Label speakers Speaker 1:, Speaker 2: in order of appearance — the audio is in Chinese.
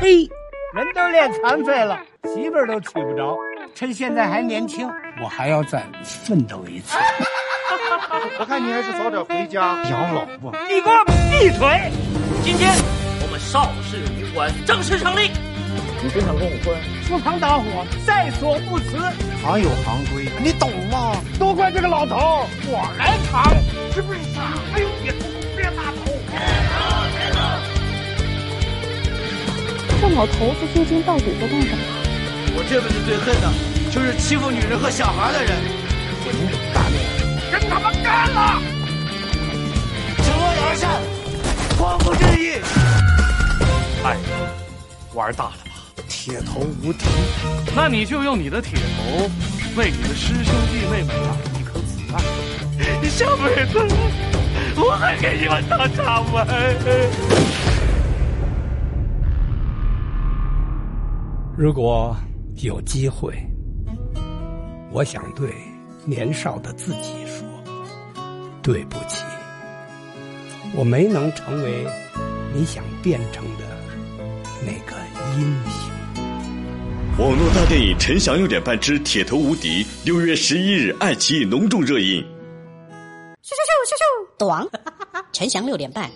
Speaker 1: 嘿，人都练残废了，媳妇儿都娶不着，趁现在还年轻，我还要再奋斗一次。
Speaker 2: 我看你还是早点回家养老吧。
Speaker 1: 你给我闭嘴！
Speaker 3: 今天我们邵氏武馆正式成立。
Speaker 4: 你真想跟我混？
Speaker 1: 赴汤蹈火，在所不辞。
Speaker 2: 行有行规，你懂吗？
Speaker 1: 都怪这个老头，我来扛，是不是傻？哎呦，别别大
Speaker 5: 头！这老头子最近到底在干什么？
Speaker 6: 我这辈子最恨的就是欺负女人和小孩的人。
Speaker 4: 我真是干了，
Speaker 1: 跟他们干了！
Speaker 6: 惩恶扬善，匡扶正义。
Speaker 7: 哎，玩大了吧？
Speaker 2: 铁头无敌，
Speaker 7: 那你就用你的铁头为你的师兄弟妹们打一颗子弹。你下辈子我还给你们当插门。
Speaker 8: 如果有机会，我想对年少的自己说：对不起，我没能成为你想变成的那个英雄。
Speaker 9: 网络大电影《陈翔六点半之铁头无敌》，六月十一日，爱奇艺隆重热映。
Speaker 10: 啊 咻咻咻咻咻，短，陈翔六点半。